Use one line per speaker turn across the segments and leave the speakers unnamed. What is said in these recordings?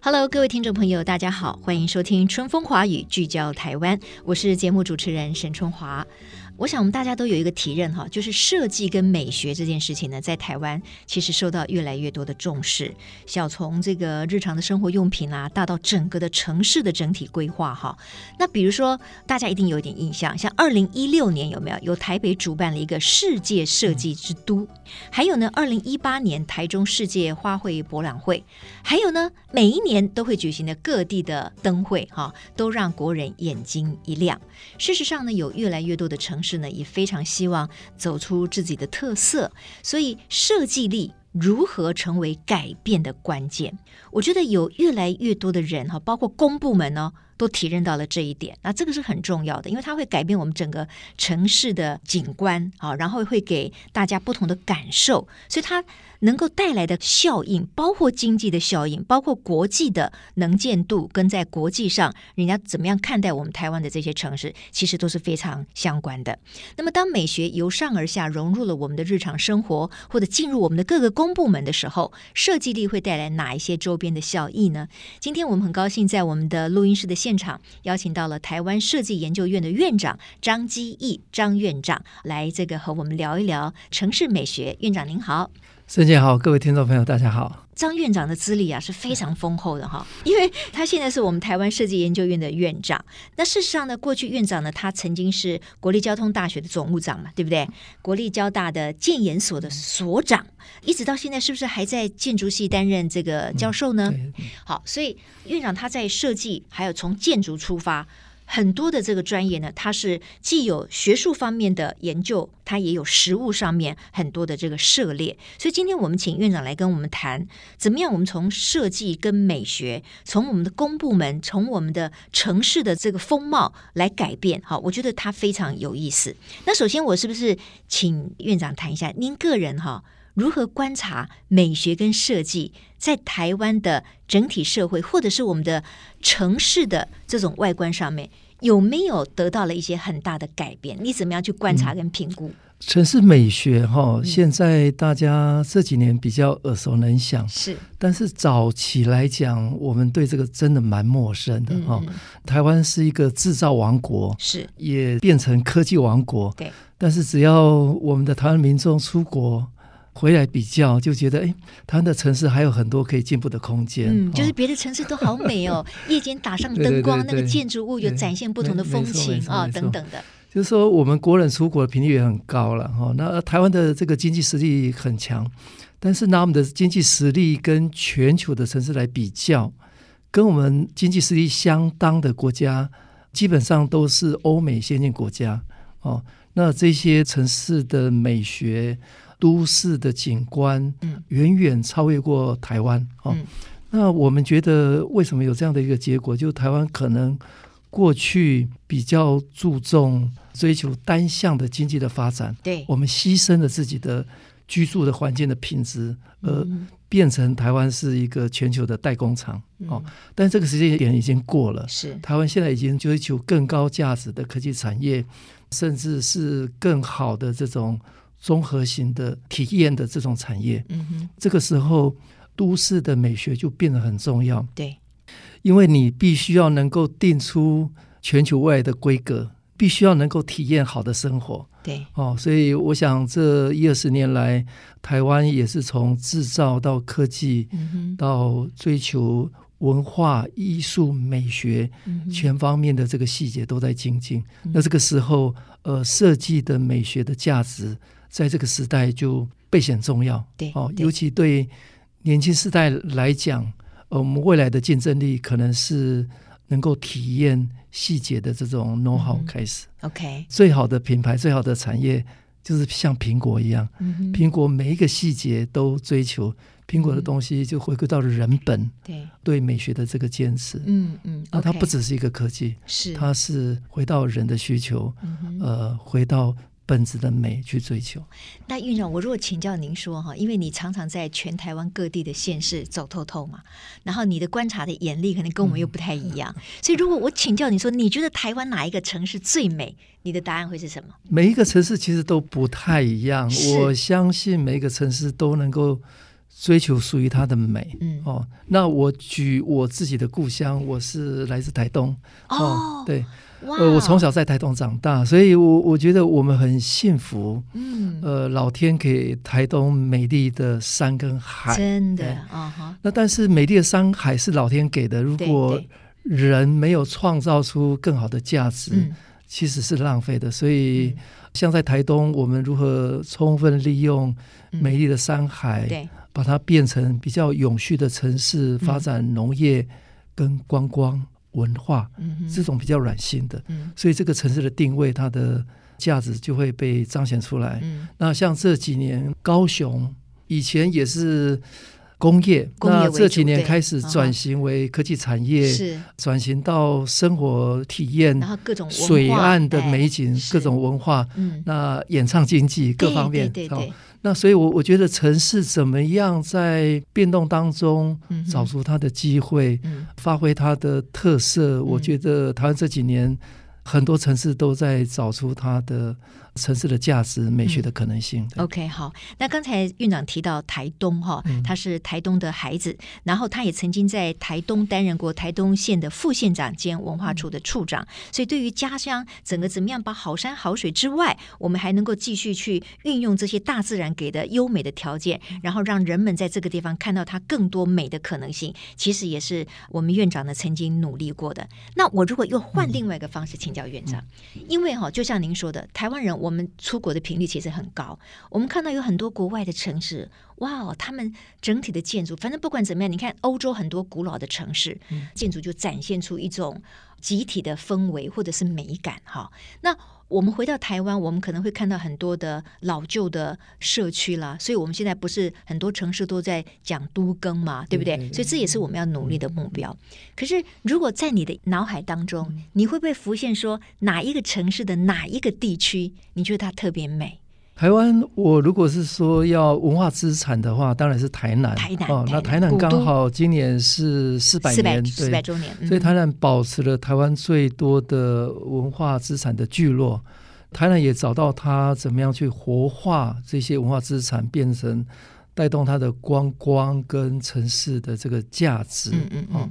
Hello，各位听众朋友，大家好，欢迎收听《春风华语》，聚焦台湾，我是节目主持人沈春华。我想我们大家都有一个体认哈，就是设计跟美学这件事情呢，在台湾其实受到越来越多的重视。小从这个日常的生活用品啊，大到整个的城市的整体规划哈。那比如说，大家一定有一点印象，像二零一六年有没有？有台北主办了一个世界设计之都，还有呢，二零一八年台中世界花卉博览会，还有呢，每一年都会举行的各地的灯会哈，都让国人眼睛一亮。事实上呢，有越来越多的城市呢，也非常希望走出自己的特色，所以设计力。如何成为改变的关键？我觉得有越来越多的人哈，包括公部门哦呢、都体认到了这一点。那这个是很重要的，因为它会改变我们整个城市的景观啊，然后会给大家不同的感受，所以它能够带来的效应，包括经济的效应，包括国际的能见度，跟在国际上人家怎么样看待我们台湾的这些城市，其实都是非常相关的。那么，当美学由上而下融入了我们的日常生活，或者进入我们的各个公部门的时候，设计力会带来哪一些周边的效益呢？今天我们很高兴在我们的录音室的现场邀请到了台湾设计研究院的院长张基义张院长来这个和我们聊一聊城市美学。院长您好。
沈姐好，各位听众朋友大家好。
张院长的资历啊是非常丰厚的哈，因为他现在是我们台湾设计研究院的院长。那事实上呢，过去院长呢，他曾经是国立交通大学的总务长嘛，对不对？国立交大的建研所的所长，一直到现在是不是还在建筑系担任这个教授呢？
嗯对，
好，所以院长他在设计，还有从建筑出发，很多的这个专业呢，它是既有学术方面的研究，它也有实务上面很多的这个涉猎。所以今天我们请院长来跟我们谈，怎么样我们从设计跟美学，从我们的公部门，从我们的城市的这个风貌来改变。好，我觉得它非常有意思。那首先，我是不是请院长谈一下您个人哈、如何观察美学跟设计在台湾的整体社会，或者是我们的城市的这种外观上面，有没有得到了一些很大的改变？你怎么样去观察跟评估？
城市美学哈，
嗯
现在大家这几年比较耳熟能详，
是，
但是早期来讲，我们对这个真的蛮陌生的
嗯
哈。台湾是一个制造王国，
是，
也变成科技王国。
对，
但是只要我们的台湾民众出国回来比较，就觉得哎，台湾的城市还有很多可以进步的空间。
嗯，
哦
就是别的城市都好美 哦，夜间打上
对
灯
对
光，
对
那个
对
建筑物有
对
展现不同的
没
风
没错
情
没错
啊、
没错
等等的，
就是说，我们国人出国的频率也很高了哈。那台湾的这个经济实力很强，但是拿我们的经济实力跟全球的城市来比较，跟我们经济实力相当的国家，基本上都是欧美先进国家哦。那这些城市的美学、都市的景观
嗯，
远远超越过台湾哦
嗯。
那我们觉得为什么有这样的一个结果？就台湾可能过去比较注重追求单向的经济的发展，
对，
我们牺牲了自己的居住的环境的品质，而
嗯
变成台湾是一个全球的代工厂哦。但这个时间点已经过了，
是，
台湾现在已经追求更高价值的科技产业，甚至是更好的这种综合型的体验的这种产业。
嗯哼，
这个时候，都市的美学就变得很重要。
对，
因为你必须要能够定出全球未来的规格，必须要能够体验好的生活
对，
哦。所以我想这一二十年来，台湾也是从制造到科技，
嗯哼，
到追求文化、艺术、美学
嗯哼嗯
全方面的这个细节都在精进。那这个时候，呃，设计的美学的价值，在这个时代就倍显重要。
对
哦，
对
尤其对年轻世代来讲，呃，我们未来的竞争力可能是能够体
嗯
验细节的这种 know how 开始。
，OK，
最好的品牌、最好的产业，就是像苹果一样，
嗯哼
苹果每一个细节都追求，苹果的东西就回归到了人本
对，
对美学的这个坚持。
嗯嗯，
哦那它
OK，
不只是一个科技，
是嗯
它是回到人的需求，呃，回到本质的美去追求。
那院长，我如果请教您说哈，因为你常常在全台湾各地的县市走透透嘛，然后你的观察的眼力可能跟我们又不太一样，所以如果我请教你说，你觉得台湾哪一个城市最美？你的答案会是什么？
每一个城市其实都不太一样，
是
我相信每一个城市都能够追求属于它的美。
嗯
哦，那我举我自己的故乡，我是来自台东。
哦，
对，
哇，
呃，我从小在台东长大，所以我我觉得我们很幸福。
嗯，
呃，老天给台东美丽的山跟海。
真的
对
啊哈，
那但是美丽的山海是老天给的，如
对
果
对
人没有创造出更好的价值，
嗯
其实是浪费的。所以
嗯，
像在台东，我们如何充分利用
嗯
美丽的山海，
对，嗯
把它变成比较永续的城市，发展农业跟观光文化，
嗯哼
这种比较软性的。
嗯
所以，这个城市的定位，它的价值就会被彰显出来。
嗯
那像这几年，高雄以前也是。工业，
工业
那
为主
这几年
对
开始
嗯哼
转型为科技产业，
是，
转型到生活体验，
然后各种文化
水岸的美，
哎
景、
是
各种文化，
嗯，
那演唱经济各
对
方面，
对对对
哦，那所以我，我觉得城市怎么样在变动当中
嗯哼
找出它的机会，
嗯
发挥它的特色，我觉得台湾这几年。很多城市都在找出它的城市的价值、美
嗯
学的可能性。
OK，好。那刚才院长提到台东哈，他是台东的孩子，然后他也曾经在台东担任过台东县的副县长兼文化处的处长，所以对于家乡整个怎么样把好山好水之外，我们还能够继续去运用这些大自然给的优美的条件，然后让人们在这个地方看到它更多美的可能性，其实也是我们院长呢曾经努力过的。那我如果又换另外一个方式请教院长，因为哈、就像您说的，台湾人我们出国的频率其实很高，我们看到有很多国外的城市，哇哦，他们整体的建筑，反正不管怎么样，你看欧洲很多古老的城市，
嗯
建筑就展现出一种集体的氛围或者是美感哈。那我们回到台湾，我们可能会看到很多的老旧的社区啦，所以我们现在不是很多城市都在讲都更嘛，对不对？
对对对嗯
所以这也是我们要努力的目标。可是，如果在你的脑海当中，你会不会浮现说哪一个城市的哪一个地区，你觉得它特别美？
台湾，我如果是说要文化资产的话，当然是台南。
台南
哦，那
台
台
南
南
古都
刚好今年是四百
四百
年，
四
对
百周年，嗯
所以台南保持了台湾最多的文化资产的聚落。台南也找到它怎么样去活化这些文化资产，变成带动它的观光跟城市的这个价值。
嗯嗯嗯
哦，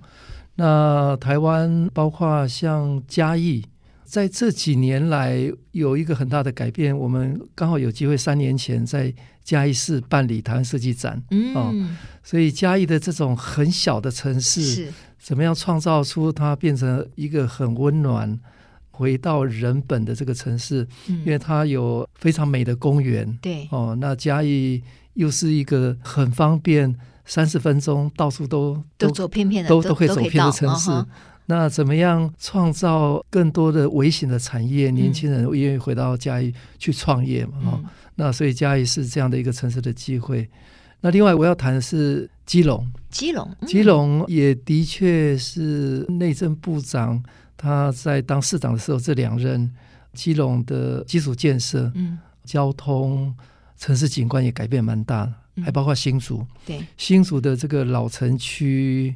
那台湾包括像嘉义，在这几年来有一个很大的改变。我们刚好有机会三年前在嘉义市办理台湾设计展，
嗯，
所以嘉义的这种很小的城市，
是
怎么样创造出它变成一个很温暖、回到人本的这个城市？因为
嗯，
它有非常美的公园
对，
哦，那嘉义又是一个很方便，三十分钟到处都
都走偏偏的，
都
都
可以走偏的
嗯
城市。那怎么样创造更多的微型的产业？
嗯
年轻人愿意回到嘉义去创业嘛？哦，那所以嘉义是这样的一个城市的机会。那另外我要谈的是基隆，
基隆，嗯
基隆也的确是内政部长他在当市长的时候，这两任基隆的基础建设、
嗯，
交通、城市景观也改变蛮大的，
嗯
还包括新竹。
对，
新竹的这个老城区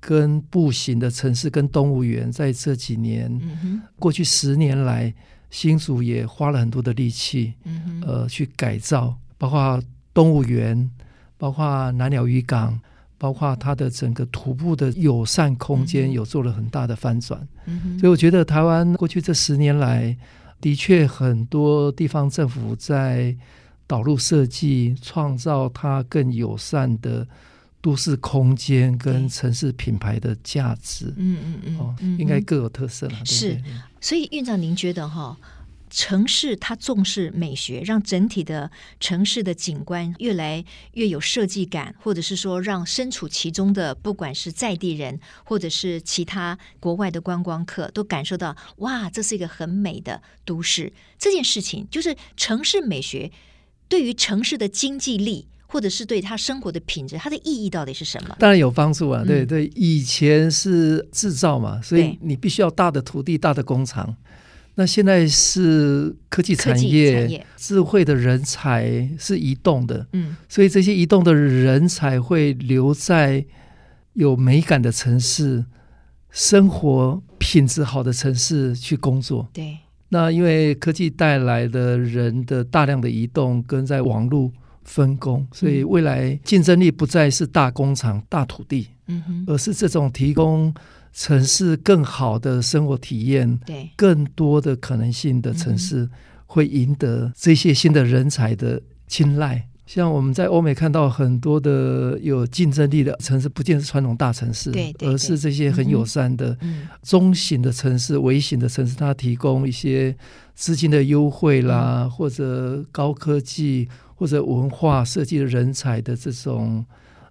跟步行的城市跟动物园，在这几年、
嗯哼，
过去十年来，新竹也花了很多的力气，
嗯哼，
呃，去改造，包括动物园，包括南鸟渔港，包括它的整个徒步的友善空间，有做了很大的翻转。
嗯哼，
所以我觉得台湾过去这十年来，的确很多地方政府在导入设计，创造它更友善的都市空间
对
跟城市品牌的价值。
嗯嗯嗯
哦，
嗯，
应该
嗯
各有特色了。对不
是
对
所以院长您觉得哈？城市它重视美学，让整体的城市的景观越来越有设计感，或者是说让身处其中的不管是在地人或者是其他国外的观光客都感受到，哇，这是一个很美的都市。这件事情就是城市美学对于城市的经济力，或者是对他生活的品质，它的意义到底是什么？
当然有帮助啊，对
嗯
对，以前是制造嘛，所以
对
你必须要大的土地、大的工厂。那现在是科技产业，
科技产业
智慧的人才是移动的，
嗯，
所以这些移动的人才会留在有美感的城市、生活品质好的城市去工作。
对，
那因为科技带来的人的大量的移动跟在网络分工，所
嗯
以未来竞争力不再是大工厂、大土地，
嗯哼，
而是这种提供城市更好的生活体验、
对，
更多的可能性的城
嗯
市，会赢得这些新的人才的青睐。像我们在欧美看到很多的有竞争力的城市，不见得是传统大城市，
对对
而是这些很友善的、
嗯，
中型的城市、微型的城市，它提供一些资金的优惠啦，
嗯
或者高科技或者文化设计的人才的这种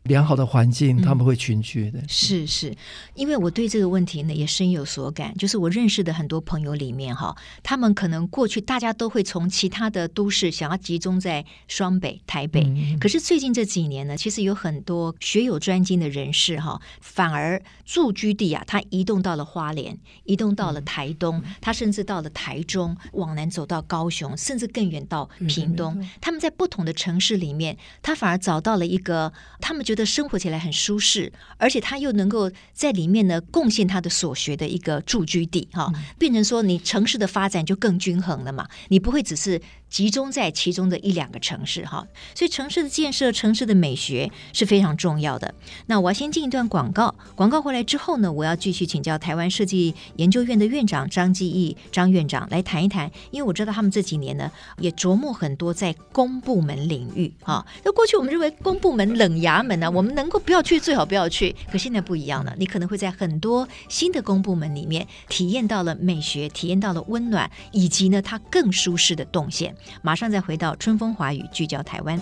良好的环境，
嗯
他们会群居的。
是是，因为我对这个问题呢也深有所感，就是我认识的很多朋友里面哈，他们可能过去大家都会从其他的都市想要集中在双北、台北，
嗯
可是最近这几年呢，其实有很多学有专精的人士哈，反而住居地啊，他移动到了花莲，移动到了台东，他甚至到了台中，往南走到高雄，甚至更远到屏东。他们在不同的城市里面，他反而找到了一个他们觉得生活起来很舒适，而且他又能够在里面呢贡献他的所学的一个住居地哈、变成说你城市的发展就更均衡了嘛，你不会只是集中在其中的一两个城市哈、所以城市的建设、城市的美学是非常重要的。那我要先进一段广告，广告回来之后呢，我要继续请教台湾设计研究院的院长张继义张院长来谈一谈，因为我知道他们这几年呢也琢磨很多在公部门领域啊。那过去我们认为公部门冷衙门啊呢、我们能够不要去最好不要去，可现在不一样了，你可能会在很多新的公部门里面体验到了美学，体验到了温暖，以及呢它更舒适的动线。马上再回到春风华语聚焦台湾。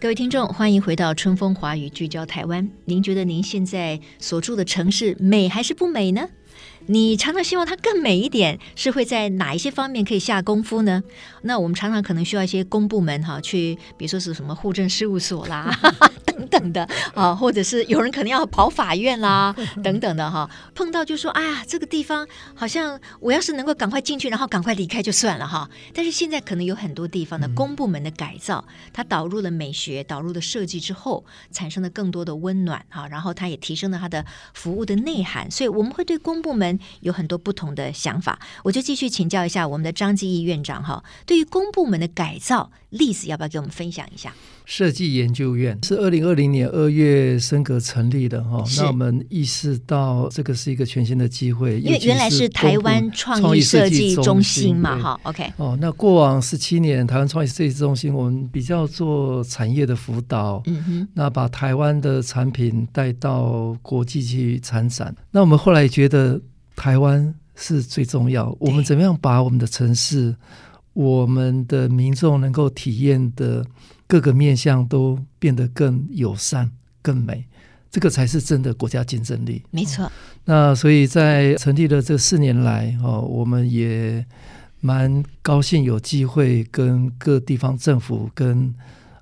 各位听众，欢迎回到春风华语聚焦台湾。您觉得您现在所住的城市美还是不美呢？你常常希望它更美一点，是会在哪一些方面可以下功夫呢？那我们常常可能需要一些公部门哈，去比如说是什么户政事务所啦 等等的啊，或者是有人可能要跑法院啦等等的哈，碰到就说哎呀，这个地方好像我要是能够赶快进去，然后赶快离开就算了哈。但是现在可能有很多地方的公部门的改造，它导入了美学，导入了设计之后，产生了更多的温暖哈，然后它也提升了它的服务的内涵，所以我们会对公部门有很多不同的想法。我就继续请教一下我们的张继义院长哈，对于公部门的改造例子，要不要给我们分享一下？
设计研究院是二零二零年二月升格成立的哈、
是
那我们意识到这个是一个全新的机会，
因为
尤其
原来是台
公
湾
布
创意设计中心嘛。
对
哈，OK，
哦，那过往十七年，台湾创意设计中心，我们比较做产业的辅导，
嗯哼，
那把台湾的产品带到国际去参展。那我们后来觉得台湾是最重要，我们怎么样把我们的城市、我们的民众能够体验的各个面向都变得更友善、更美，这个才是真的国家竞争力。
没错，
那所以在成立的这四年来，哦，我们也蛮高兴有机会跟各地方政府、跟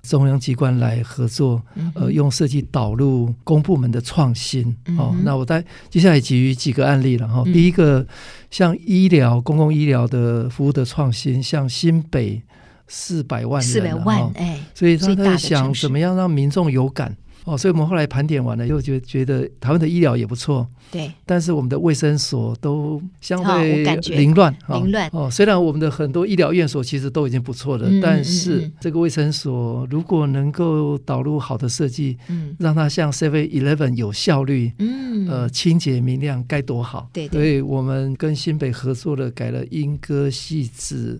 中央机关来合作，
嗯哼
呃，用设计导入公部门的创新。哦
嗯，哼
那我在接下来举几个案例了哈、
嗯
第一个，像医疗、公共医疗的服务的创新，像新北四百万人啊，
四百万
哦，
哎，
所以他
最大的
在想
城市
怎么样让民众有感。哦，所以我们后来盘点完了，又觉觉得台湾的医疗也不错，
对，
但是我们的卫生所都相
哦我
对
感觉
凌乱，哦
凌乱
哦。虽然我们的很多医疗院所其实都已经不错了，
嗯嗯
但
嗯
是
嗯
这个卫生所如果能够导入好的设计，
嗯
让它像 Seven Eleven 有效率。
嗯，
呃，清洁明亮该多好！
对对
所以我们跟新北合作了，改了莺歌戏子、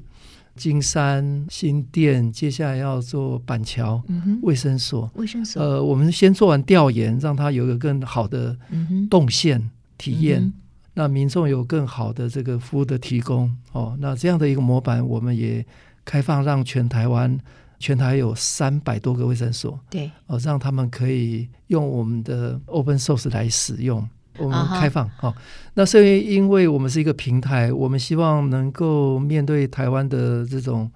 金山、新店，接下来要做板桥
嗯哼，
卫生所。
卫生所，
呃，我们先做完调研，让它有一个更好的
嗯哼，
动线体验，
嗯
那民众有更好的这个服务的提供哦。那这样的一个模板，我们也开放让全台湾全台有三百多个卫生所
对，
哦，让他们可以用我们的 open source 来使用。我们
啊哈
开放哦，那所以因为我们是一个平台，我们希望能够面对台湾的这种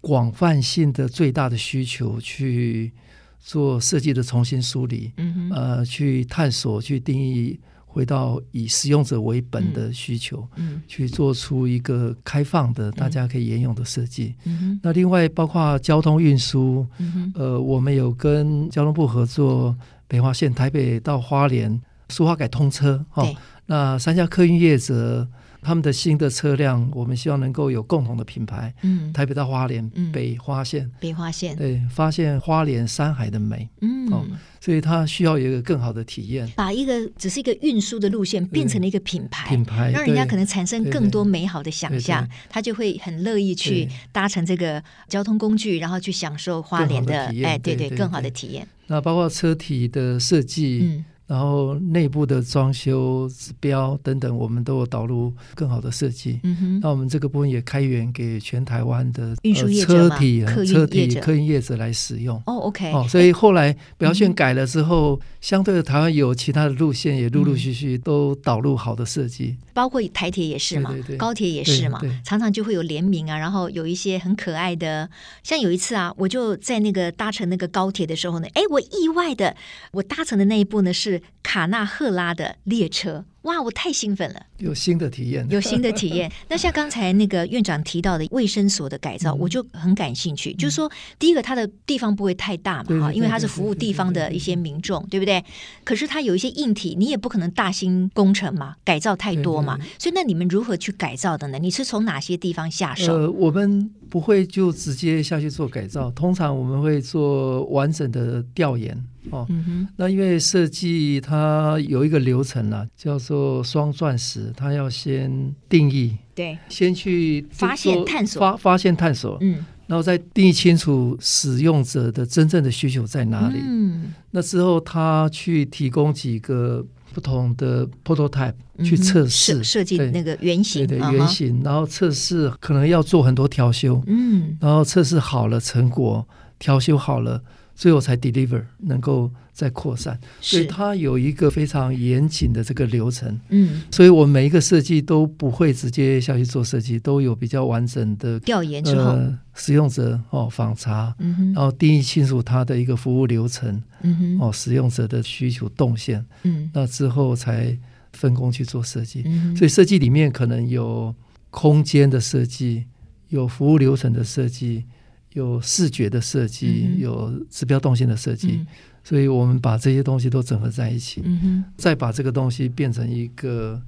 广泛性的最大的需求，去做设计的重新梳理。
嗯哼，
呃，去探索、去定义，回到以使用者为本的需求，
嗯
去做出一个开放的、大家可以沿用的设计。
嗯哼，
那另外包括交通运输，
嗯哼，
呃，我们有跟交通部合作，北华线台北到花莲苏花改通车哈、
对，
那三家客运业者他们的新的车辆，我们希望能够有共同的品牌，
嗯，
台北到花莲、
嗯
北花线，
北花线，
对，发现花莲山海的美，
嗯，
哦所以它需要有一个更好的体验。
把一个只是一个运输的路线变成了一个品牌，
嗯品牌，
让人家
对
可能产生
对
更
对
多美好的想
对
象
对，
他就会很乐意去
对
搭乘这个交通工具，然后去享受花
更
莲
好的
的
体，验
哎，对
对对
更好的
对
体验。
那包括车体的设计，
嗯
然后内部的装修指标等等，我们都有导入更好的设计。
嗯哼，
那我们这个部分也开源给全台湾的
运输
呃
业者
车
嘛
体、
客运
车
业
体
者
客运业者来使用。
哦，OK，
哦，所以后来北标线
嗯
改了之后，相对的台湾有其他的路线也陆陆续续都导入好的设计。
包括台铁也是嘛，
对对对
高铁也是嘛
对对，
常常就会有联名啊，然后有一些很可爱的，像有一次啊，我就在那个搭乘那个高铁的时候呢，哎，我意外的，我搭乘的那一部呢是卡纳赫拉的列车，哇，我太兴奋了，
有新的体 验，
有新的体验。那像刚才那个院长提到的卫生所的改
嗯
造，我就很感兴趣。就是说，第一个它的地方不会太大嘛，
对
哈，
对
因为
对
它是
对
服务
对
地
对
方
对
的
对
一些民众，对不对？可是它有一些硬体，你也不可能大兴工程嘛，改造太多嘛
对。
所以，那你们如何去改造的呢？你是从哪些地方下手？
呃，我们不会就直接下去做改造，通常我们会做完整的调研哦。
嗯哼，
那因为设计它有一个流程啦、叫做双钻石，它要先定义，
对，
先去做
发现探索
发发现探索，
嗯，
然后再定义清楚使用者的真正的需求在哪里。
嗯，
那之后，他去提供几个不同的 prototype
嗯
去
哼
测
设
试
设计
对
那个原型
对对
啊哈
原型，然后测试可能要做很多调修，
嗯，
然后测试好了成果，调修好了，最后才 deliver 能够再扩散，所以
是，
它有一个非常严谨的这个流程。
嗯，
所以我们每一个设计都不会直接下去做设计，都有比较完整的
调研之后，
呃、使用者哦访查，
嗯哼，
然后定义清楚它的一个服务流程
嗯哼，
哦，使用者的需求动线，
嗯，
那之后才分工去做设计。
嗯哼，
所以设计里面可能有空间的设计，有服务流程的设计，有视觉的设计
嗯，哼
有指标动线的设计。
嗯
所以我们把这些东西都整合在一起，
嗯哼，
再把这个东西变成一个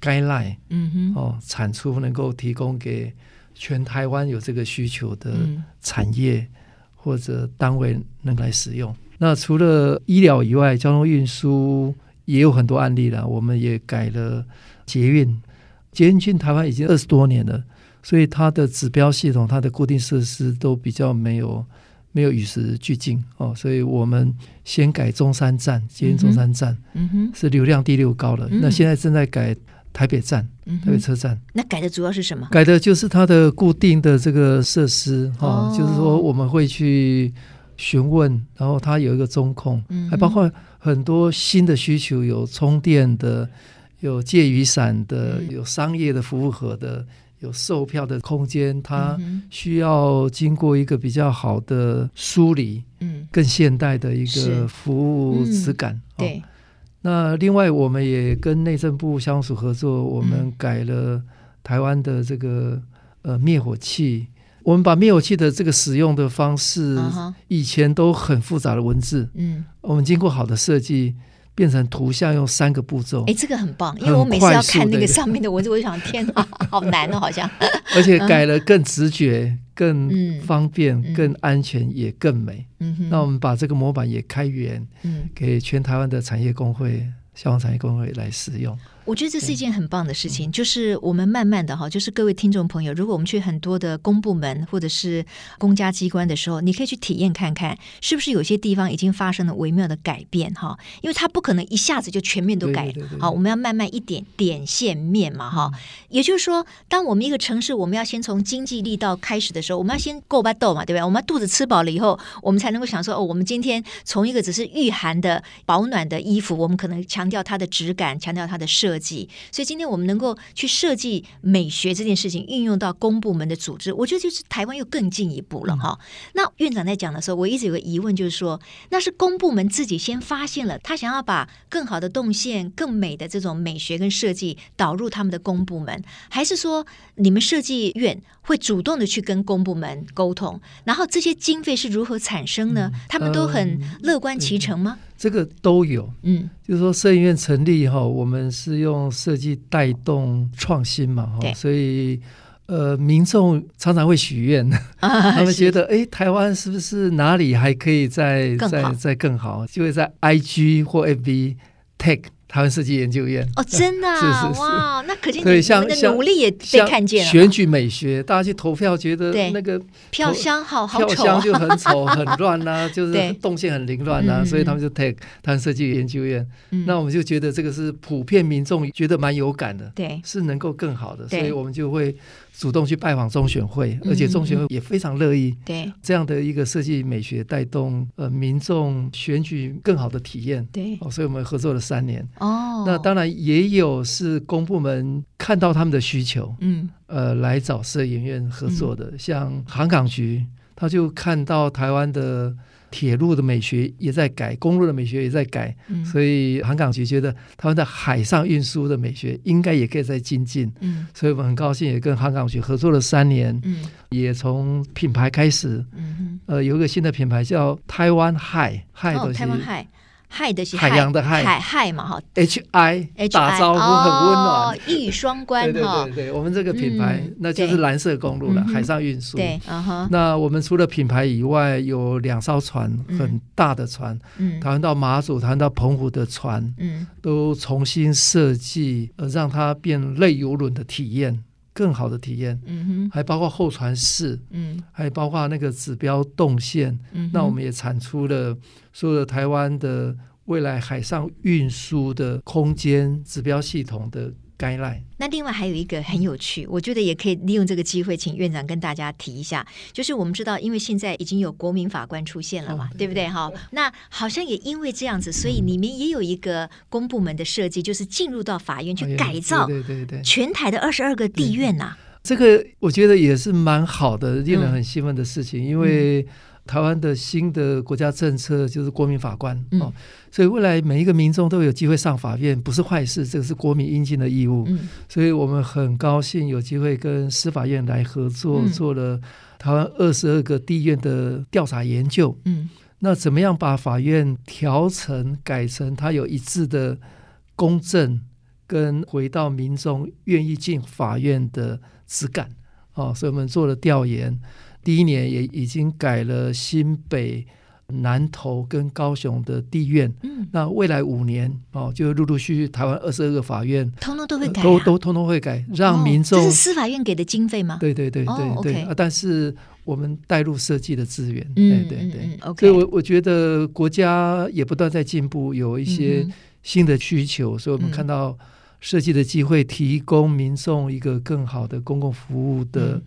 guideline
嗯哼，
哦，产出能够提供给全台湾有这个需求的
嗯
产业或者单位能来使用。那除了医疗以外，交通运输也有很多案例了。我们也改了捷运，捷运进台湾已经二十多年了，所以它的指标系统、它的固定设施都比较没有没有与时俱进哦。所以我们先改中山站，捷运中山站、
嗯哼，
是流量第六高了。
嗯
那现在正在改台北站、
嗯
台北
哼，
车站。
那改的主要是什么？
改的就是它的固定的这个设施哈、
哦
就是说我们会去询问，然后它有一个中控，
嗯哼
还包括很多新的需求，有充电的，有借雨伞的，
嗯
有商业的服务盒的，有售票的空间，它
嗯
需要经过一个比较好的梳理，
哼嗯，
更现代的一
是嗯
个服务质感。哦
对，
那另外，我们也跟内政部消防署合作，我们
嗯
改了台湾的这个呃灭火器。我们把灭火器的这个使用的方式
嗯哼，
以前都很复杂的文字，
嗯，
我们经过好的设计，变成图像，用三个步骤
哎，，这个很棒，因为
很
我每次要
快速
看那个
的一个
上面的文字，我就想，天哪，好难哦，好像，
而且改了更直觉、
嗯
更方便
嗯、
更安全，也更美。
嗯哼，
那我们把这个模板也开源
嗯
给全台湾的产业工会消防产业工会来使用。
我觉得这是一件很棒的事情，就是我们慢慢的哈，就是各位听众朋友，如果我们去很多的公部门或者是公家机关的时候，你可以去体验看看，是不是有些地方已经发生了微妙的改变哈，因为它不可能一下子就全面都改
对对对对嗯
好，我们要慢慢一点点线面嘛哈。也就是说，当我们一个城市，我们要先从经济力道开始的时候，我们要先够巴豆嘛，对吧？我们要肚子吃饱了以后，我们才能够想说，哦，我们今天从一个只是御寒的保暖的衣服，我们可能强调它的质感，强调它的设计。所以今天我们能够去设计美学这件事情，运用到公部门的组织，我觉得就是台湾又更进一步了
嗯
哈。那院长在讲的时候，我一直有个疑问，就是说，那是公部门自己先发现了，他想要把更好的动线、更美的这种美学跟设计导入他们的公部门，还是说你们设计院会主动的去跟公部门沟通？然后这些经费是如何产生
嗯
呢？他们都很乐观其成吗？
这个都有，
嗯，
就是说，摄影院成立哈，我们是用设计带动创新嘛
对
哈，所以呃，民众常常会许 愿， 他们觉得哎，诶台湾是不是哪里还可以再
更好
再再更好？就会在 IG 或 FB tag 台湾设计研究院。
哦，真的、啊、
是是是
哇！那可见你
对
们
像
的
像
努力也被
像
看见了
选
哈，
举美学，大家去投票，觉得
对
那个
票箱好好
票
丑
箱
啊！
就 很丑、很乱呐、就是
对
动线很凌乱呐、
嗯
啊
嗯
所以他们就 take 台湾设计研究院。
嗯
那我们就觉得这个是普遍民众觉得蛮有感的，
对，
是能够更好的，所
对
以我们就会主动去拜访中选会，
嗯
而且中选会也非常乐意。
对，
这样的一个设计美学带动呃民众选举更好的体验，
对
哦，所以我们合作了三年。
哦，
那当然也有是公部门看到他们的需求，
嗯
呃来找摄影院合作的，像航港局，他就看到台湾的铁路的美学也在改，公路的美学也在改，
嗯
所以航港局觉得他们的海上运输的美学应该也可以再精进。
嗯
所以我们很高兴，也跟航港局合作了三年，
嗯
也从品牌开始，
嗯
呃，有一个新的品牌叫台湾海
嗯，
海东
哦，
西
台湾海海的是
海洋的海
海海嘛哈
H I
，H 哦
打招呼很温暖，，
一语双关
对对
哈
对，对，我们这个品牌
嗯
那就是
对
蓝色公路了
嗯，哼
海上运输。
对，嗯哼，
那我们除了品牌以外，有两艘船，
嗯
很大的船，
嗯
台湾到马祖、台湾到澎湖的船，
嗯
都重新设计，呃，让它变类游轮的体验，更好的体验，
嗯哼，
还包括候船室，
嗯
还包括那个指标动线。
嗯哼，
那我们也产出了所有的台湾的未来海上运输的空间指标系统的 guideline。
那另外还有一个很有趣，我觉得也可以利用这个机会，请院长跟大家提一下，就是我们知道，因为现在已经有国民法官出现了嘛，
哦
对不对哈？那好像也因为这样子，所以你们也有一个公部门的设计，就是进入到法院去改造
哦对对对对。
全台的二十二个地院呐、
这个我觉得也是蛮好的，令
嗯
人很兴奋的事情，因为台湾的新的国家政策就是国民法官、
嗯
哦，所以未来每一个民众都有机会上法院，不是坏事，这个是国民应尽的义务。
嗯
所以我们很高兴有机会跟司法院来合作，
嗯
做了台湾二十二个地院的调查研究。
嗯
那怎么样把法院调成改成它有一致的公正，跟回到民众愿意进法院的质感哦，所以我们做了调研，第一年也已经改了新北、南投跟高雄的地院。
嗯，
那未来五年哦，就陆陆续续台湾二十二个法院、
通通都会
呃
改、啊
都都通通会改，让
哦
民众、
这是司法院给的经费吗？
对对对对
哦
对、
，OK
啊，但是我们带入设计的资源，哎
嗯，
对对对。
嗯嗯
所
，OK，
以我我觉得国家也不断在进步，有一些
嗯哼
新的需求，所以我
嗯
们看到设计的机会，提供民众一个更好的公共服务的
嗯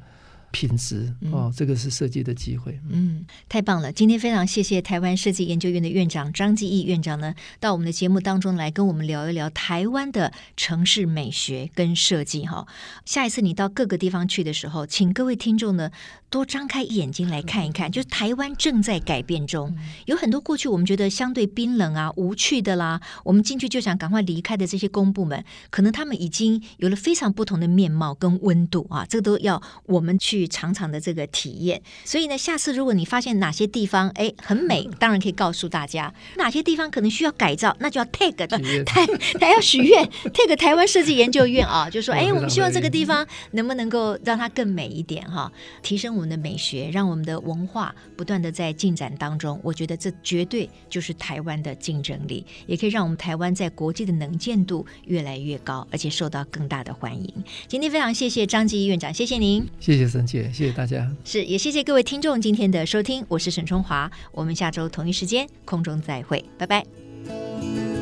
品质、
嗯
哦，这个是设计的机会。
嗯，太棒了！今天非常谢谢台湾设计研究院的院长张继义院长呢，到我们的节目当中来跟我们聊一聊台湾的城市美学跟设计哈。下一次你到各个地方去的时候，请各位听众呢多张开眼睛来看一看，就是台湾正在改变中，有很多过去我们觉得相对冰冷啊、无趣的啦，我们进去就想赶快离开的这些公部门，可能他们已经有了非常不同的面貌跟温度啊，这个都要我们去去尝尝的这个体验。所以呢，下次如果你发现哪些地方哎很美，当然可以告诉大家；哪些地方可能需要改造，那就要 tag
许愿
台还要许愿，tag 台湾设计研究院啊，就说
哇
哎，
非
我们
常
希望这个
乐意
地方能不能够让它更美一点哈、提升我们的美学，让我们的文化不断的在进展当中。我觉得这绝对就是台湾的竞争力，也可以让我们台湾在国际的能见度越来越高，而且受到更大的欢迎。今天非常谢谢张继院长，谢谢您，
谢谢沈姐，谢谢大家。
是也谢谢各位听众今天的收听，我是沈春华，我们下周同一时间空中再会，拜拜。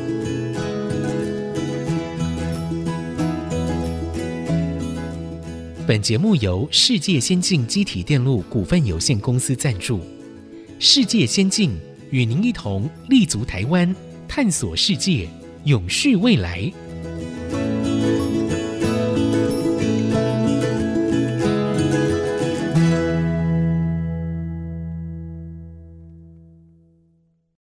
本节目由世界先进机体电路股份有限公司赞助。世界先进与您一同立足台湾，探索世界，永续未来。